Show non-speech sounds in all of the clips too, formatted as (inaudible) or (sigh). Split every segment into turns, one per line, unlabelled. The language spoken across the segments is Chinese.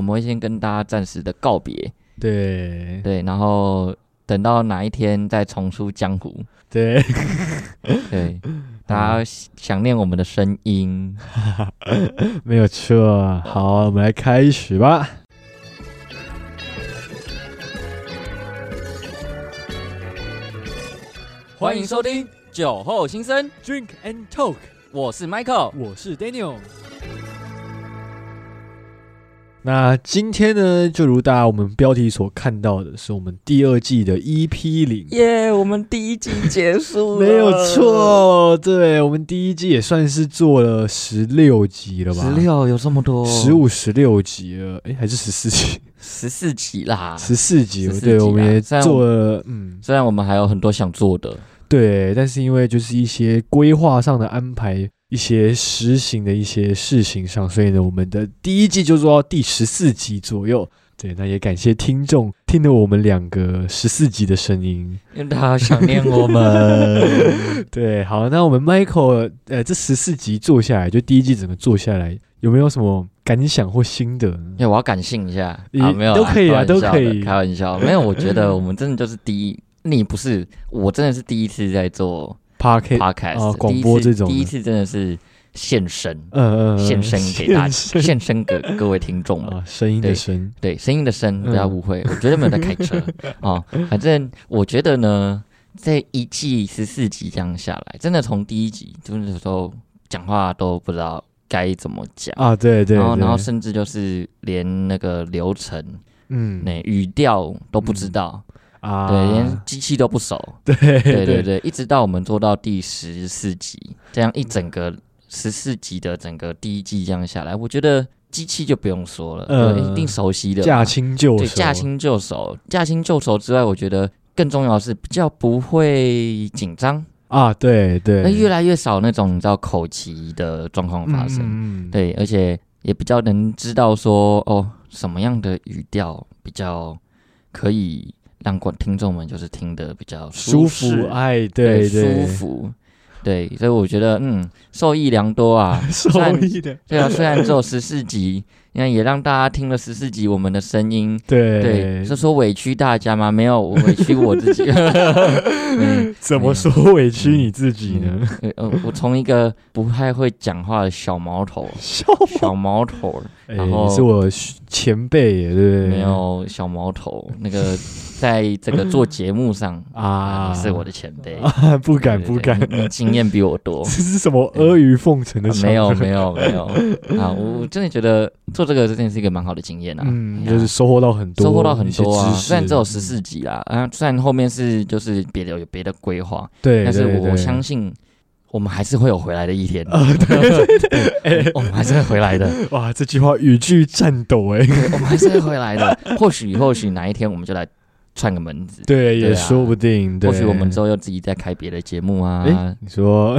们会先跟大家暂时的告别，
对
对，然后等到哪一天再重出江湖，
对， (laughs)
(laughs) 对，大家想念我们的声音，
没有错。好，我们来开始吧。
欢迎收听酒后心声，
Drink and Talk，
我是 Michael，
我是 Daniel。那今天呢，就如大家我们标题所看到的，是我们第二季的 EP 零。
耶我们第一季结束
没有，错，对我们第一季也算是做了十六集了吧？
十、六有这么多，
十五、十六集了，哎，还是十四集？
十四集啦。
十四集，
14
对，
啊集
我们
啦
也
虽然
做了，嗯，
虽然我们还有很多想做的，
对，但是因为就是一些规划上的安排，一些实行的一些事情上，所以呢，我们的第一季就做到第十四集左右。对，那也感谢听众听了我们两个十四集的
(laughs)
声音。
因为大家想念我们。
对，好，那我们 Michael，呃，这十四集做下来，就第一季整个做下来，有没有什么感想或心得呢？
因为我要感性一下
你
啊，没有啦
都可以啊
开玩笑的
都可以
开玩笑。没有，我觉得我们真的就是第一，你不是，我真的是第一次在
(laughs)
做
Pocket，
podcast，
哦
第一次
广播这种的
第一次真的是现身，
嗯嗯，
现身给大家，
(laughs) 现身
现身给各位听众
(laughs)
们。
啊，声音的
对
声，
对，声音的声，
嗯
不要误会，我绝对没有在开车哦。反正我觉得呢，这一季十四集这样下来，真的从第一集就是说讲话都不知道该怎么讲。
啊，对对，
然后，然后
对
甚至就是连那个流程、
嗯
那、语调都不知道，
啊，
对，连机器都不熟，
对
对
(laughs) 对
对对，一直到我们做到第十四集，这样一整个十四集的整个第一季这样下来，我觉得机器就不用说了，
嗯
对一定熟悉的嘛
驾轻就熟，
对驾轻就熟，驾轻就熟之外，我觉得更重要的是比较不会紧张，
啊，对对，
那越来越少那种你知道口疾的状况发生，
嗯，嗯嗯
对，而且也比较能知道说哦什么样的语调比较可以让观听众们就是听得比较
舒
适
服，哎，
啊对
对对，
舒服。对，所以我觉得，嗯，受益良多啊。 (laughs) 虽然
受益的，
对啊，虽然只有十四集，那也让大家听了十四集我们的声音，对，
对，
是说委屈大家吗？没有，我委屈我 (laughs) 自己。嗯
怎么说委屈你自己呢？
呃呃，我从一个不太会讲话的小毛头，
笑
小毛头，
哎，
然后
你是我前辈耶，对不对？
没有小毛头，那个在这个做节目上
啊，
你是我的前辈，
啊，不敢
对
不
对
敢，
你你经验比我多
这。是什么阿谀奉承的
啊
场合？
没有没有没有啊！我我真的觉得做这个真的是一个蛮好的经验啊，
嗯，
哎呀
就是收获到很多，
收获到很多
一
啊。
些知识
虽然只有十，四集啦，啊，虽然后面是就是别的有别的规划，
对，
但是
对
我我相，信我们还是会有回来的一
(laughs)
天。 (laughs) 对哦我们还是会回来的， (laughs)
对哎哇，这句话语句颤抖，哎，
对我们还是会回来的。或许或许哪一天我们就来串个门子，
对，也
对啊
说不定，对
或许我们之后又自己再开别的节目啊
哎，你说，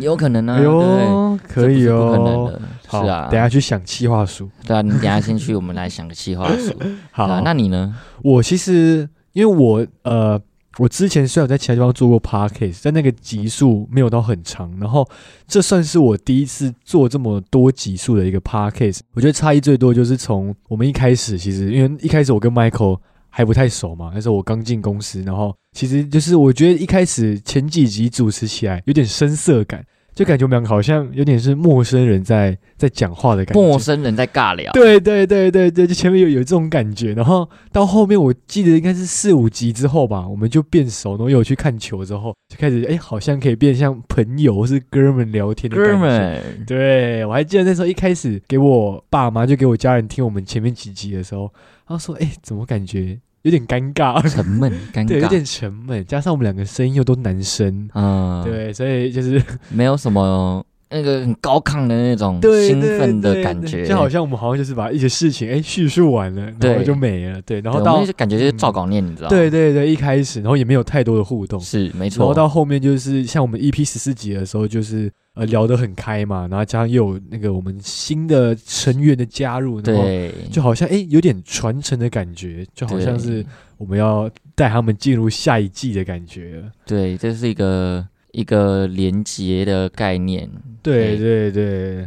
也有可能啊，
哎
对不对？
呦，
这
可以
不是不可能
哦，
的，
好，
是啊。
等下去想企划书。
对啊，你等一下先去，我们来想个计划书。
(laughs) 好，
啊那你呢？
我其实因为我呃，我之前虽然有在其他地方做过 podcast，但那个集数没有到很长，然后这算是我第一次做这么多集数的一个 podcast。我觉得差异最多就是从我们一开始，其实因为一开始我跟 Michael。还不太熟嘛，那时候我刚进公司，然后其实就是我觉得一开始前几集主持起来有点生涩感，就感觉我们两个好像有点是陌生人在在讲话的感觉，
陌生人在尬
(laughs)
聊，
对对对对对，就前面有有这种感觉，然后到后面我记得应该是四五集之后吧，我们就变熟，然后有去看球之后，就开始哎，好像可以变像朋友或是哥们聊天的感觉
哥。们，
对，我还记得那时候一开始给我爸妈就给我家人听我们前面几集的时候，他说：“哎，怎么感觉有点尴尬？
沉闷，尴
(laughs) 对，有
尬，
点沉闷，加上我们两个声音又都男生，
嗯，，
对，所以就是
没有什么那个很高亢的那种
对
兴
对
奋的
对
感
对
觉，
就好像我们好像就是把一些事情哎叙述完了，然后
对
就没了，对，然后
对
到嗯
我们就感觉就是照稿念，你知道吗？
对，对对，一开始，然后也没有太多的互动，
是没
然后
错，
到后面就是像我们 EP 十四集的时候，就是呃聊得很开嘛，然后加上又有那个我们新的成员的加入，然后
对，
就好像哎、诶有点传承的感觉，就好像是我们要带他们进入下一季的感觉了。
对，对这是一个一个连接的概念，
对对对，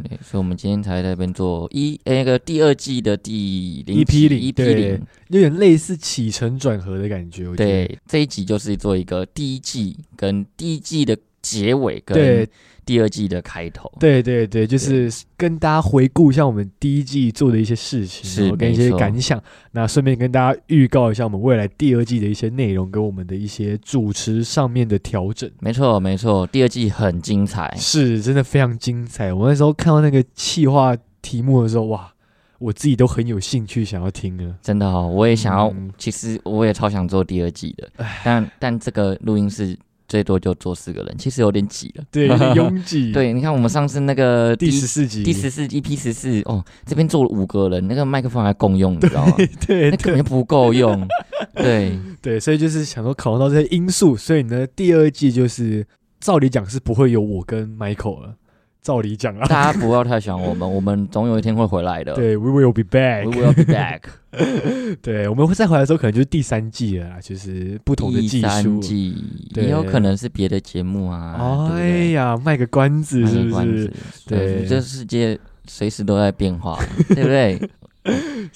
对，所以我们今天才在那边做一哎诶那个第二季的第零
一批 E 零
一批
对
零，
有点类似起承转合的感觉，我觉得。
对，这一集就是做一个第一季跟第一季的结尾跟
对
第二季的开头，
对对对，就是跟大家回顾一下我们第一季做的一些事情，
是
然后跟一
没
些
错
感想。那顺便跟大家预告一下我们未来第二季的一些内容，跟我们的一些主持上面的调整。
没错没错，第二季很精彩，
是真的非常精彩。我那时候看到那个企划题目的时候，哇，我自己都很有兴趣想要听了。
真的哦，我也想要，
嗯
其实我也超想做第二季的，但但这个录音室最多就坐四个人，其实有点挤了，
(laughs) 对，有点拥挤。，
对，你看我们上次那个
嗯第十四集，
第十四 EP 十四哦，这边坐了五个人，那个麦克风还共用，你知道吗？
对
那根本
对
就不够用。
(laughs)
对，
对，所以就是想说考虑到这些因素，所以呢，第二季就是照理讲是不会有我跟 Michael 了。照理讲啊，
大家不要太想我们，我们总有一天会回来的。
对，We will be
，We
back。
will be back。
(laughs) 对，我们会再回来的时候，可能就是第三季了啦，就是不同的
第
技
三
术。
季
对
也有可能是别的节目啊，
哎
对
呀，卖个关
不
子
对？
是
卖个
不
关
是
子？，对，
对
这世界随时都在变
(laughs)
化，对不对？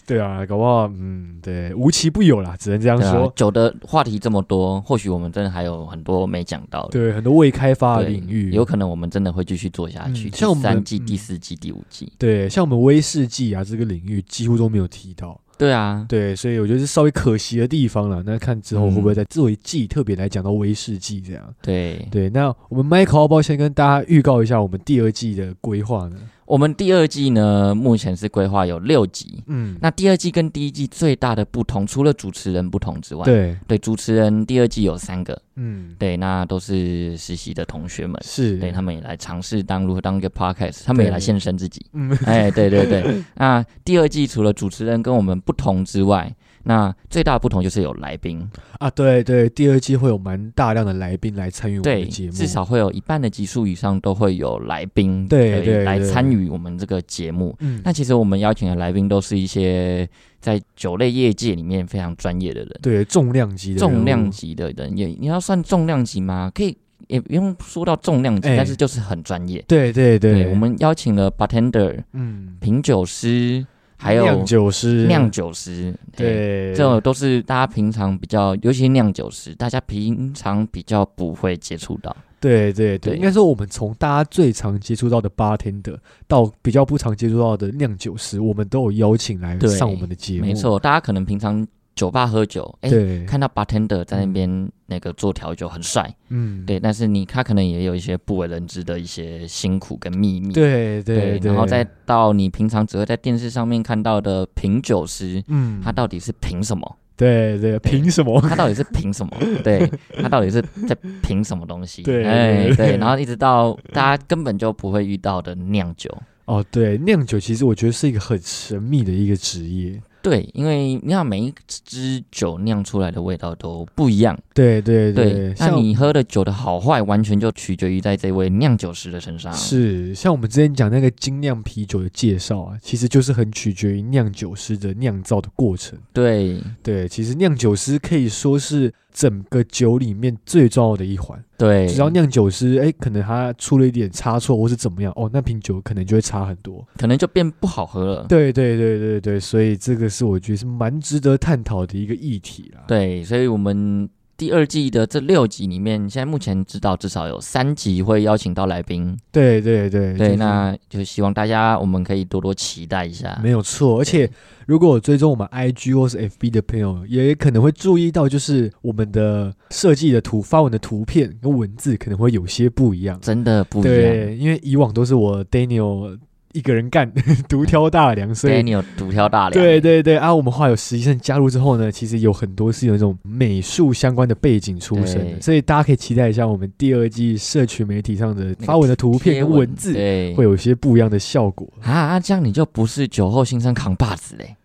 对啊，搞不好，嗯，对，无奇不有啦，只能这样
对啊
说。，
酒的话题这么多，或许我们真的还有很多没讲到的。
对，很多未开发的
对
领域，
有可能我们真的会继续做下去，
嗯像我
第
们
三季、
嗯
第四季、第五季。
对，像我们威士忌啊这个领域几乎都没有提到，
对啊，
对，所以我觉得是稍微可惜的地方了。那看之后
嗯
会不会再做一季特别来讲到威士忌这样？
对，
对，那我们 Michael 要不要先跟大家预告一下我们第二季的规划呢？
我们第二季呢，目前是规划有六集。
嗯，
那第二季跟第一季最大的不同，除了主持人不同之外，
对，
对主持人第二季有三个，
嗯，
对，那都是实习的同学们，
是， (laughs)
对他们也来尝试当如何当一个 podcast，他们也来献身自己。
嗯，
哎，对对对。那第二季除了主持人跟我们不同之外，那最大的不同就是有来宾，
(laughs) 啊，对对，第二季会有蛮大量的来宾来参与我们
对，
的节目，
至少会有一半的集数以上都会有来宾
对
可以
对
来
对
参与我们这个节目。
嗯，
那其实我们邀请的来宾都是一些在酒类业界里面非常专业的人，
对重量级的人物
重量级的人也你要算重量级吗？可以也不用说到重量级，
哎
但是就是很专业。
对对对，
我们邀请了 bartender、
嗯，
品酒师，还有
酿酒师，
酿酒师，哎。
对，
这种都是大家平常比较，尤其是酿酒师，大家平常比较不会接触到。
对对对，
对
应该说我们从大家最常接触到的 bartender 到比较不常接触到的酿酒师，我们都有邀请来
对
上我们的节目。
没，错，大家可能平常酒吧喝酒，哎、
对，
看到 bartender 在那边那个做调酒很帅，
嗯，
对，但是你他可能也有一些不为人知的一些辛苦跟秘密，
对对对，
然后再到你平常只会在电视上面看到的品酒师，
嗯，
他到底是凭什么？
对对，凭什么？
(laughs)
(laughs)
他到底是凭什么？对他到底是在凭什么东西？
对
哎
对
对，然后一直到大家根本就不会遇到的酿酒，
哦，对，酿酒其实我觉得是一个很神秘的一个职业。
对，因为你看每一支酒酿出来的味道都不一样。
对对
对，那
像
你喝的酒的好坏，完全就取决于在这位酿酒师的身上。，
是像我们之前讲那个精酿啤酒的介绍啊，其实就是很取决于酿酒师的酿造的过程。
对，
对，其实酿酒师可以说是整个酒里面最重要的一环。
对，
只要酿酒师，哎、可能他出了一点差错，或是怎么样，哦，那瓶酒可能就会差很多。
可能就变不好喝了。
对对对对对，所以这个是我觉得是蛮值得探讨的一个议题啦。
对，所以我们第二季的这六集里面，现在目前知道至少有三集会邀请到来宾。
对对对就
对，
是
那就希望大家我们可以多多期待一下。
没有错。而且，如果有追踪我们 IG 或是 FB 的朋友，也可能会注意到，就是我们的设计的图、发文的图片跟文字可能会有些不一样。
真的不一样。
对，因为以往都是我 Daniel 一个人干， (laughs) 独挑大梁，所以
Daniel 独挑大梁。
对对对啊，我们后来有实习生加入之后呢，其实有很多是有那种美术相关的背景出身
对
的，所以大家可以期待一下我们第二季社群媒体上的
个
发文的图片
贴
跟
文
文字，
对
会有一些不一样的效果。
啊啊，这样你就不是酒后新生扛把子嘞。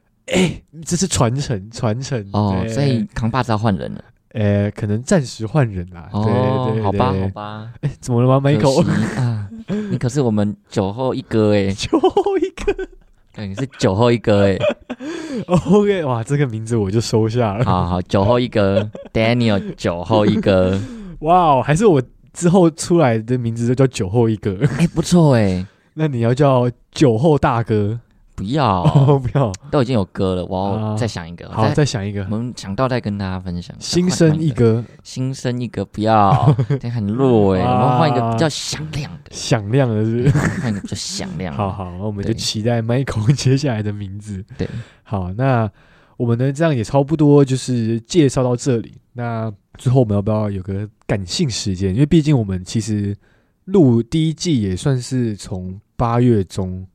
这是传承，传承
哦，
对
所以扛把子要换人了。
呃，可能暂时换人啦。对
哦
对，对，
好吧，好
对，
吧。
怎么了吗，Michael？
可惜啊，你可是我们酒后一哥哎、
(laughs) 就一个
对，你是酒后一哥哎、
OK，哇，这个名字我就收下了。
好好，酒后一哥，Daniel 酒后一哥，
哇哦，还是我之后出来的名字就叫酒后一哥， (laughs)
哎、不错哎、
那你要叫酒后大哥
不要、
哦， (laughs) 不要。
都已经有歌了，我
啊
要再想一个。
好，
再
再想一个
我，们想到再跟大家分享。
新
再换
生一，哥，
新生一个不
(laughs)
要，这很弱
啊
哎、我们换一个比较响亮的，
响亮了是不是？
换一个比较响亮的。
好好，那我们就
对
期待 Michael (laughs) 接下来的名字。
对，
好，那我们呢这样也差不多就是介绍到这里。那最后我们要不要有个感性时间？因为毕竟我们其实录第一季也算是从八月中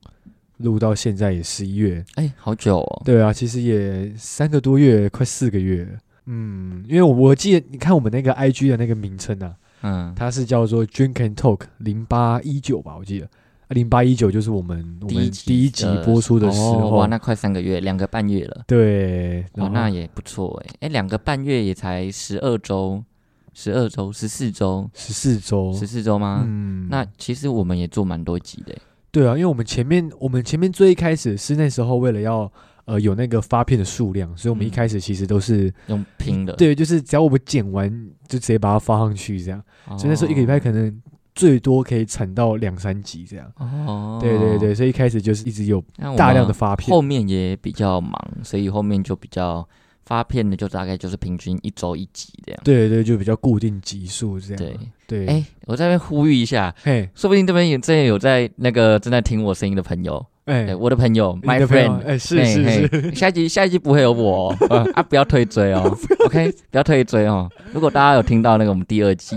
录到现在也十一月，
哎、好久哦。
对啊，其实也三个多月，快四个月了。嗯，因为我我记得你看我们那个 I G 的那个名称啊，
嗯，
它是叫做 Drink and Talk 零八一九吧，我记得啊零八一九就是我们我
第
们
一集
第一集播出的时
哦
候，
哇，那快三个月，两个半月了。
对，
哇，
然后
那也不错哎、哎、两个半月也才十二周，十二周，十四周，
十四周，
十四周吗？
哦嗯，
那其实我们也做蛮多集的、欸，
对啊，因为我们前面我们前面最一开始是那时候为了要呃有那个发片的数量，所以我们一
嗯
开始其实都是、
用拼的。，
对，就是只要我们剪完就直接把它发上去这样。
哦
所以那时候一个礼拜可能最多可以产到两三集这样。
哦，
对对对，所以一开始就是一直有
那我
大量
们
的发片
后，面也比较忙，所以后面就比较发片的，就大概就是平均一周一集这样。
对对，就比较固定集数这样。
对，
对，
哎、我在这边呼吁一下，
嘿，
说不定这边也真的有在那个正在听我声音的朋友，
哎
哎，，我的朋友
你
，my
的朋友
friend，
哎，是是
嘿
是，
嘿下一集下一集不会有
(laughs)
我、哦呃啊！不要退追哦，OK，不要退追哦。如果大家有听到那个我们第二季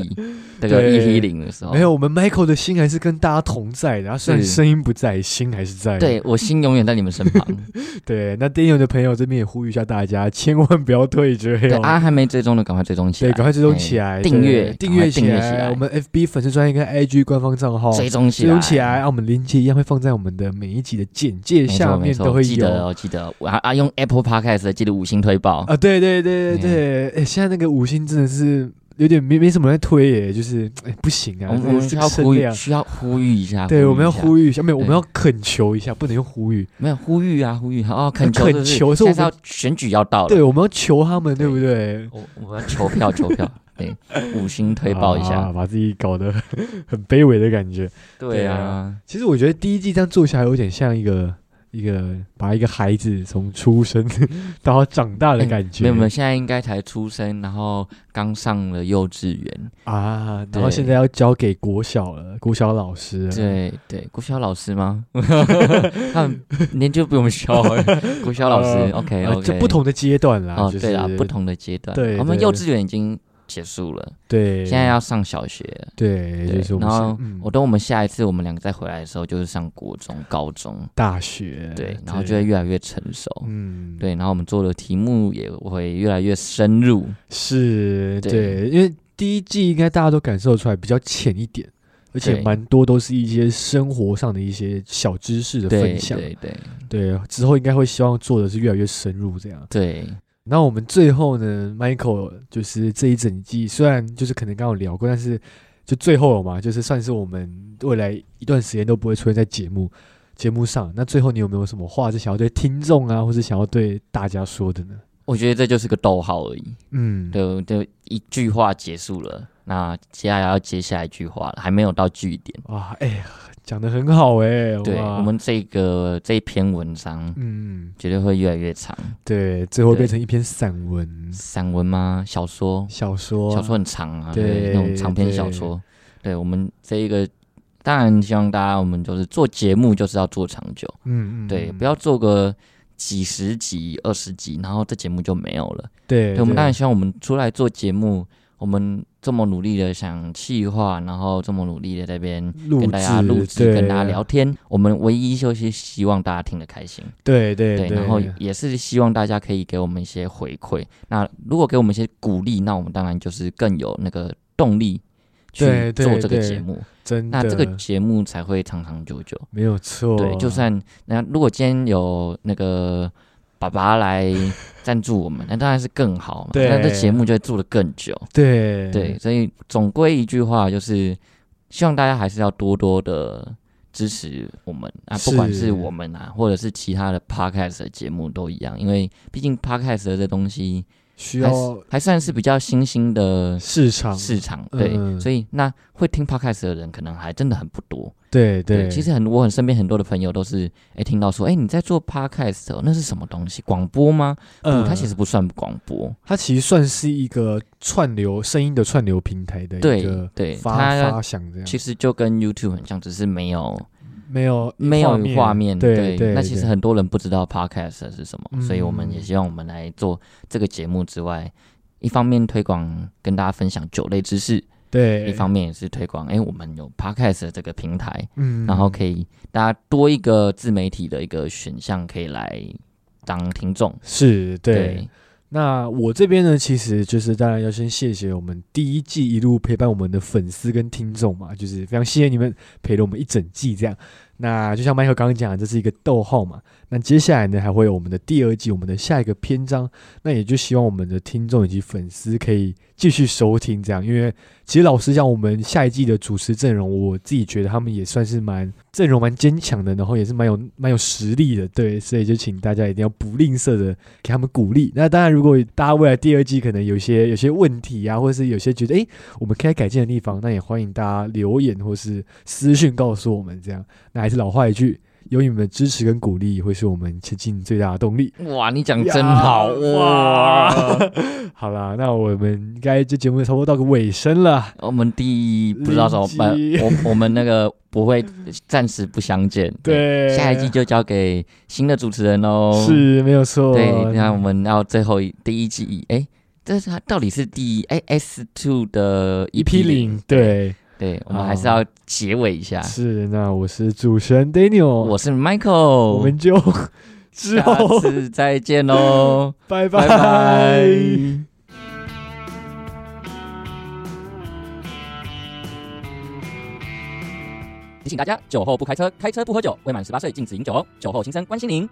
那个一
对
批零的时候，
没有，我们 Michael 的心还是跟大家同在的，他虽然
哦是
声音不在，心还是在。
对我心永远在你们身
(laughs)
旁。
对，那 Daniel 的朋友这边也呼吁一下大家，千万不要退追
对
哦。
啊，还没追踪的赶快追踪起
对，
来，
赶快追踪
哎
起来，
订
对
阅
订
赶快
阅起
订阅起
来。
来
我们 FB 粉丝专业跟 IG 官方账号
追踪起
追
来，
踪起来，啊，我们链接一样会放在我们的每一集的简介
没错
下
没
面
错
都会
记得
有。
哦，记得哦啊啊，用 Apple Podcast 的记得五星推爆。
啊，对对
嗯
对对对，哎，现在那个五星真的是有点没没什么人在推耶，就是哎不行啊，
我
这
们我
个
们需
这
要
个
呼
声
吁，
量，
需要啊呼吁一下。
对，我们要
吁
呼吁一下，没有，我
对
们要恳求一下，不能用呼吁，
一下，没有呼吁啊，呼吁哦，恳求
恳
是不是
求是我
现在是
们
要选举要到了，
对，我们要求他们，对
对
不对？
我我要求票求
(laughs)
票，对，五星推爆一
啊
下。
把自己搞得 (laughs) 很卑微的感觉。
对啊，
其实我觉得第一季这样做下来，有点像一个一个把一个孩子从出生 (laughs) 到他长大的
哎
感觉，
没有没有，现在应该才出生，然后刚上了幼稚园。
啊，然
对
后现在要交给国小了，国小老师了，
对对，国小老师吗？ (laughs) 他
(laughs)
们年纪都比我们小哎，国小老师。
呃
OK
啊，就
OK，
不同的阶段啦，
哦，
啊就是
对啦，不同的阶段。
对
我们
对
幼稚园已经结束了，
对，
现在要上小学了。
对，
对
就是我，们
然后
是嗯
我等我们下一次我们两个再回来的时候，就是上国中、高中，
大学，
对，然后就会越来越成熟。
嗯，
对，然后我们做的题目也会越来越深入。
是，
对
对，因为第一季应该大家都感受出来比较浅一点。而且
对
蛮多都是一些生活上的一些小知识的
对
分享，
对对
对，之后应该会希望做的是越来越深入这样。
对，
那我们最后呢，Michael 就是这一整季，虽然就是可能刚刚有聊过，但是就最后了嘛，就是算是我们未来一段时间都不会出现在节目节目上。那最后你有没有什么话是想要对听众啊，或是想要对大家说的呢？
我觉得这就是个逗号而已，
嗯，
对，就一句话结束了。那接下来要接下一句话了，还没有到句点。
哇，哎、呀，讲的很好哎、
对
哇
我们这个这一篇文章，
嗯，
绝对会越来越长。
对，最后
对
变成一篇散文
散文吗？小说？
小说，
小说很长啊，
对
对，那种长篇小说。对我们这一个，当然希望大家，我们就是做节目就是要做长久，
嗯，嗯
对，
嗯
不要做个几十集、二十集，然后这节目就没有了。
对，
对，我们当然希望我们出来做节目，我们这么努力的想企划，然后这么努力的在这边。
录
跟大家录制，
对
跟大家聊天。我们唯一就是希望大家听得开心，
对对对，
然后也是希望大家可以给我们一些回馈。那如果给我们一些鼓励，那我们当然就是更有那个动力
对
去
对
做这个
对
节目。
真的哦
那这个节目才会长长久久。
没有错，
对，就算那如果今天有那个爸爸来赞助我们，那当然是更好嘛。
对
那这节目就会做得更久。
对
对，所以总归一句话就是，希望大家还是要多多的支持我们啊，不管
是
是我们啊，或者是其他的 podcast 的节目都一样，因为毕竟 podcast 的这东西
需
还
要
是嗯还算是比较新兴的
市场，
市场，对，
嗯
所以那会听 podcast 的人可能还真的很不多。
对对，
其实很我很身边很多的朋友都是，哎，听到说，哎，你在做 podcast，、哦、那是什么东西？广播吗？不，
嗯，
它其实不算广播，
它其实算是一个串流声音的串流平台的一
对
个
对，
发
它
发想这样，
其实就跟 YouTube 很像，只是没有
没有
没有画面，
对对，
那其实
对
很多人不知道 podcast 是什么，
嗯
所以我们也希望我们来做这个节目之外，一方面推广跟大家分享酒类知识，
对
一方面也是推广，哎、我们有 podcast 的这个平台，
嗯，
然后可以大家多一个自媒体的一个选项，可以来当听众。
是对
对，
那我这边呢，其实就是当然要先谢谢我们第一季一路陪伴我们的粉丝跟听众嘛，就是非常谢谢你们陪了我们一整季这样。那就像麦克刚刚讲的，这是一个逗号嘛。那接下来呢，还会有我们的第二季，我们的下一个篇章。那也就希望我们的听众以及粉丝可以继续收听这样，因为其实老实讲，我们下一季的主持阵容，我自己觉得他们也算是蛮阵容蛮坚强的，然后也是蛮有蛮有实力的，对，所以就请大家一定要不吝啬的给他们鼓励。那当然，如果大家未来第二季可能有些有些问题啊，或者是有些觉得诶我们可以改进的地方，那也欢迎大家留言或是私讯告诉我们。这样，那还是老话一句，有你们的支持跟鼓励，会是我们前进最大的动力。
哇，你讲真好
呀
哇！！
好啦，那我们应该这节目差不多到个尾声了。
我们第一不知道怎么办，
零集
我我们那个不会暂时不相见，，
(laughs) 对，
下一季就交给新的主持人喽。。
是没有错。
对，那我们要最后一第一季，哎、这是它到底是第哎 S two 的
EP 零，，对，
对，我们
啊
还是要结尾一下。
是。那我是主持人 Daniel，
我
我
是 Michael，
们就之
哦下
后
次再见喽，
拜
拜 (laughs) 拜。提醒大家，酒后不开车，开车不喝酒，未满十八岁禁止饮酒哦。酒后心生关心您。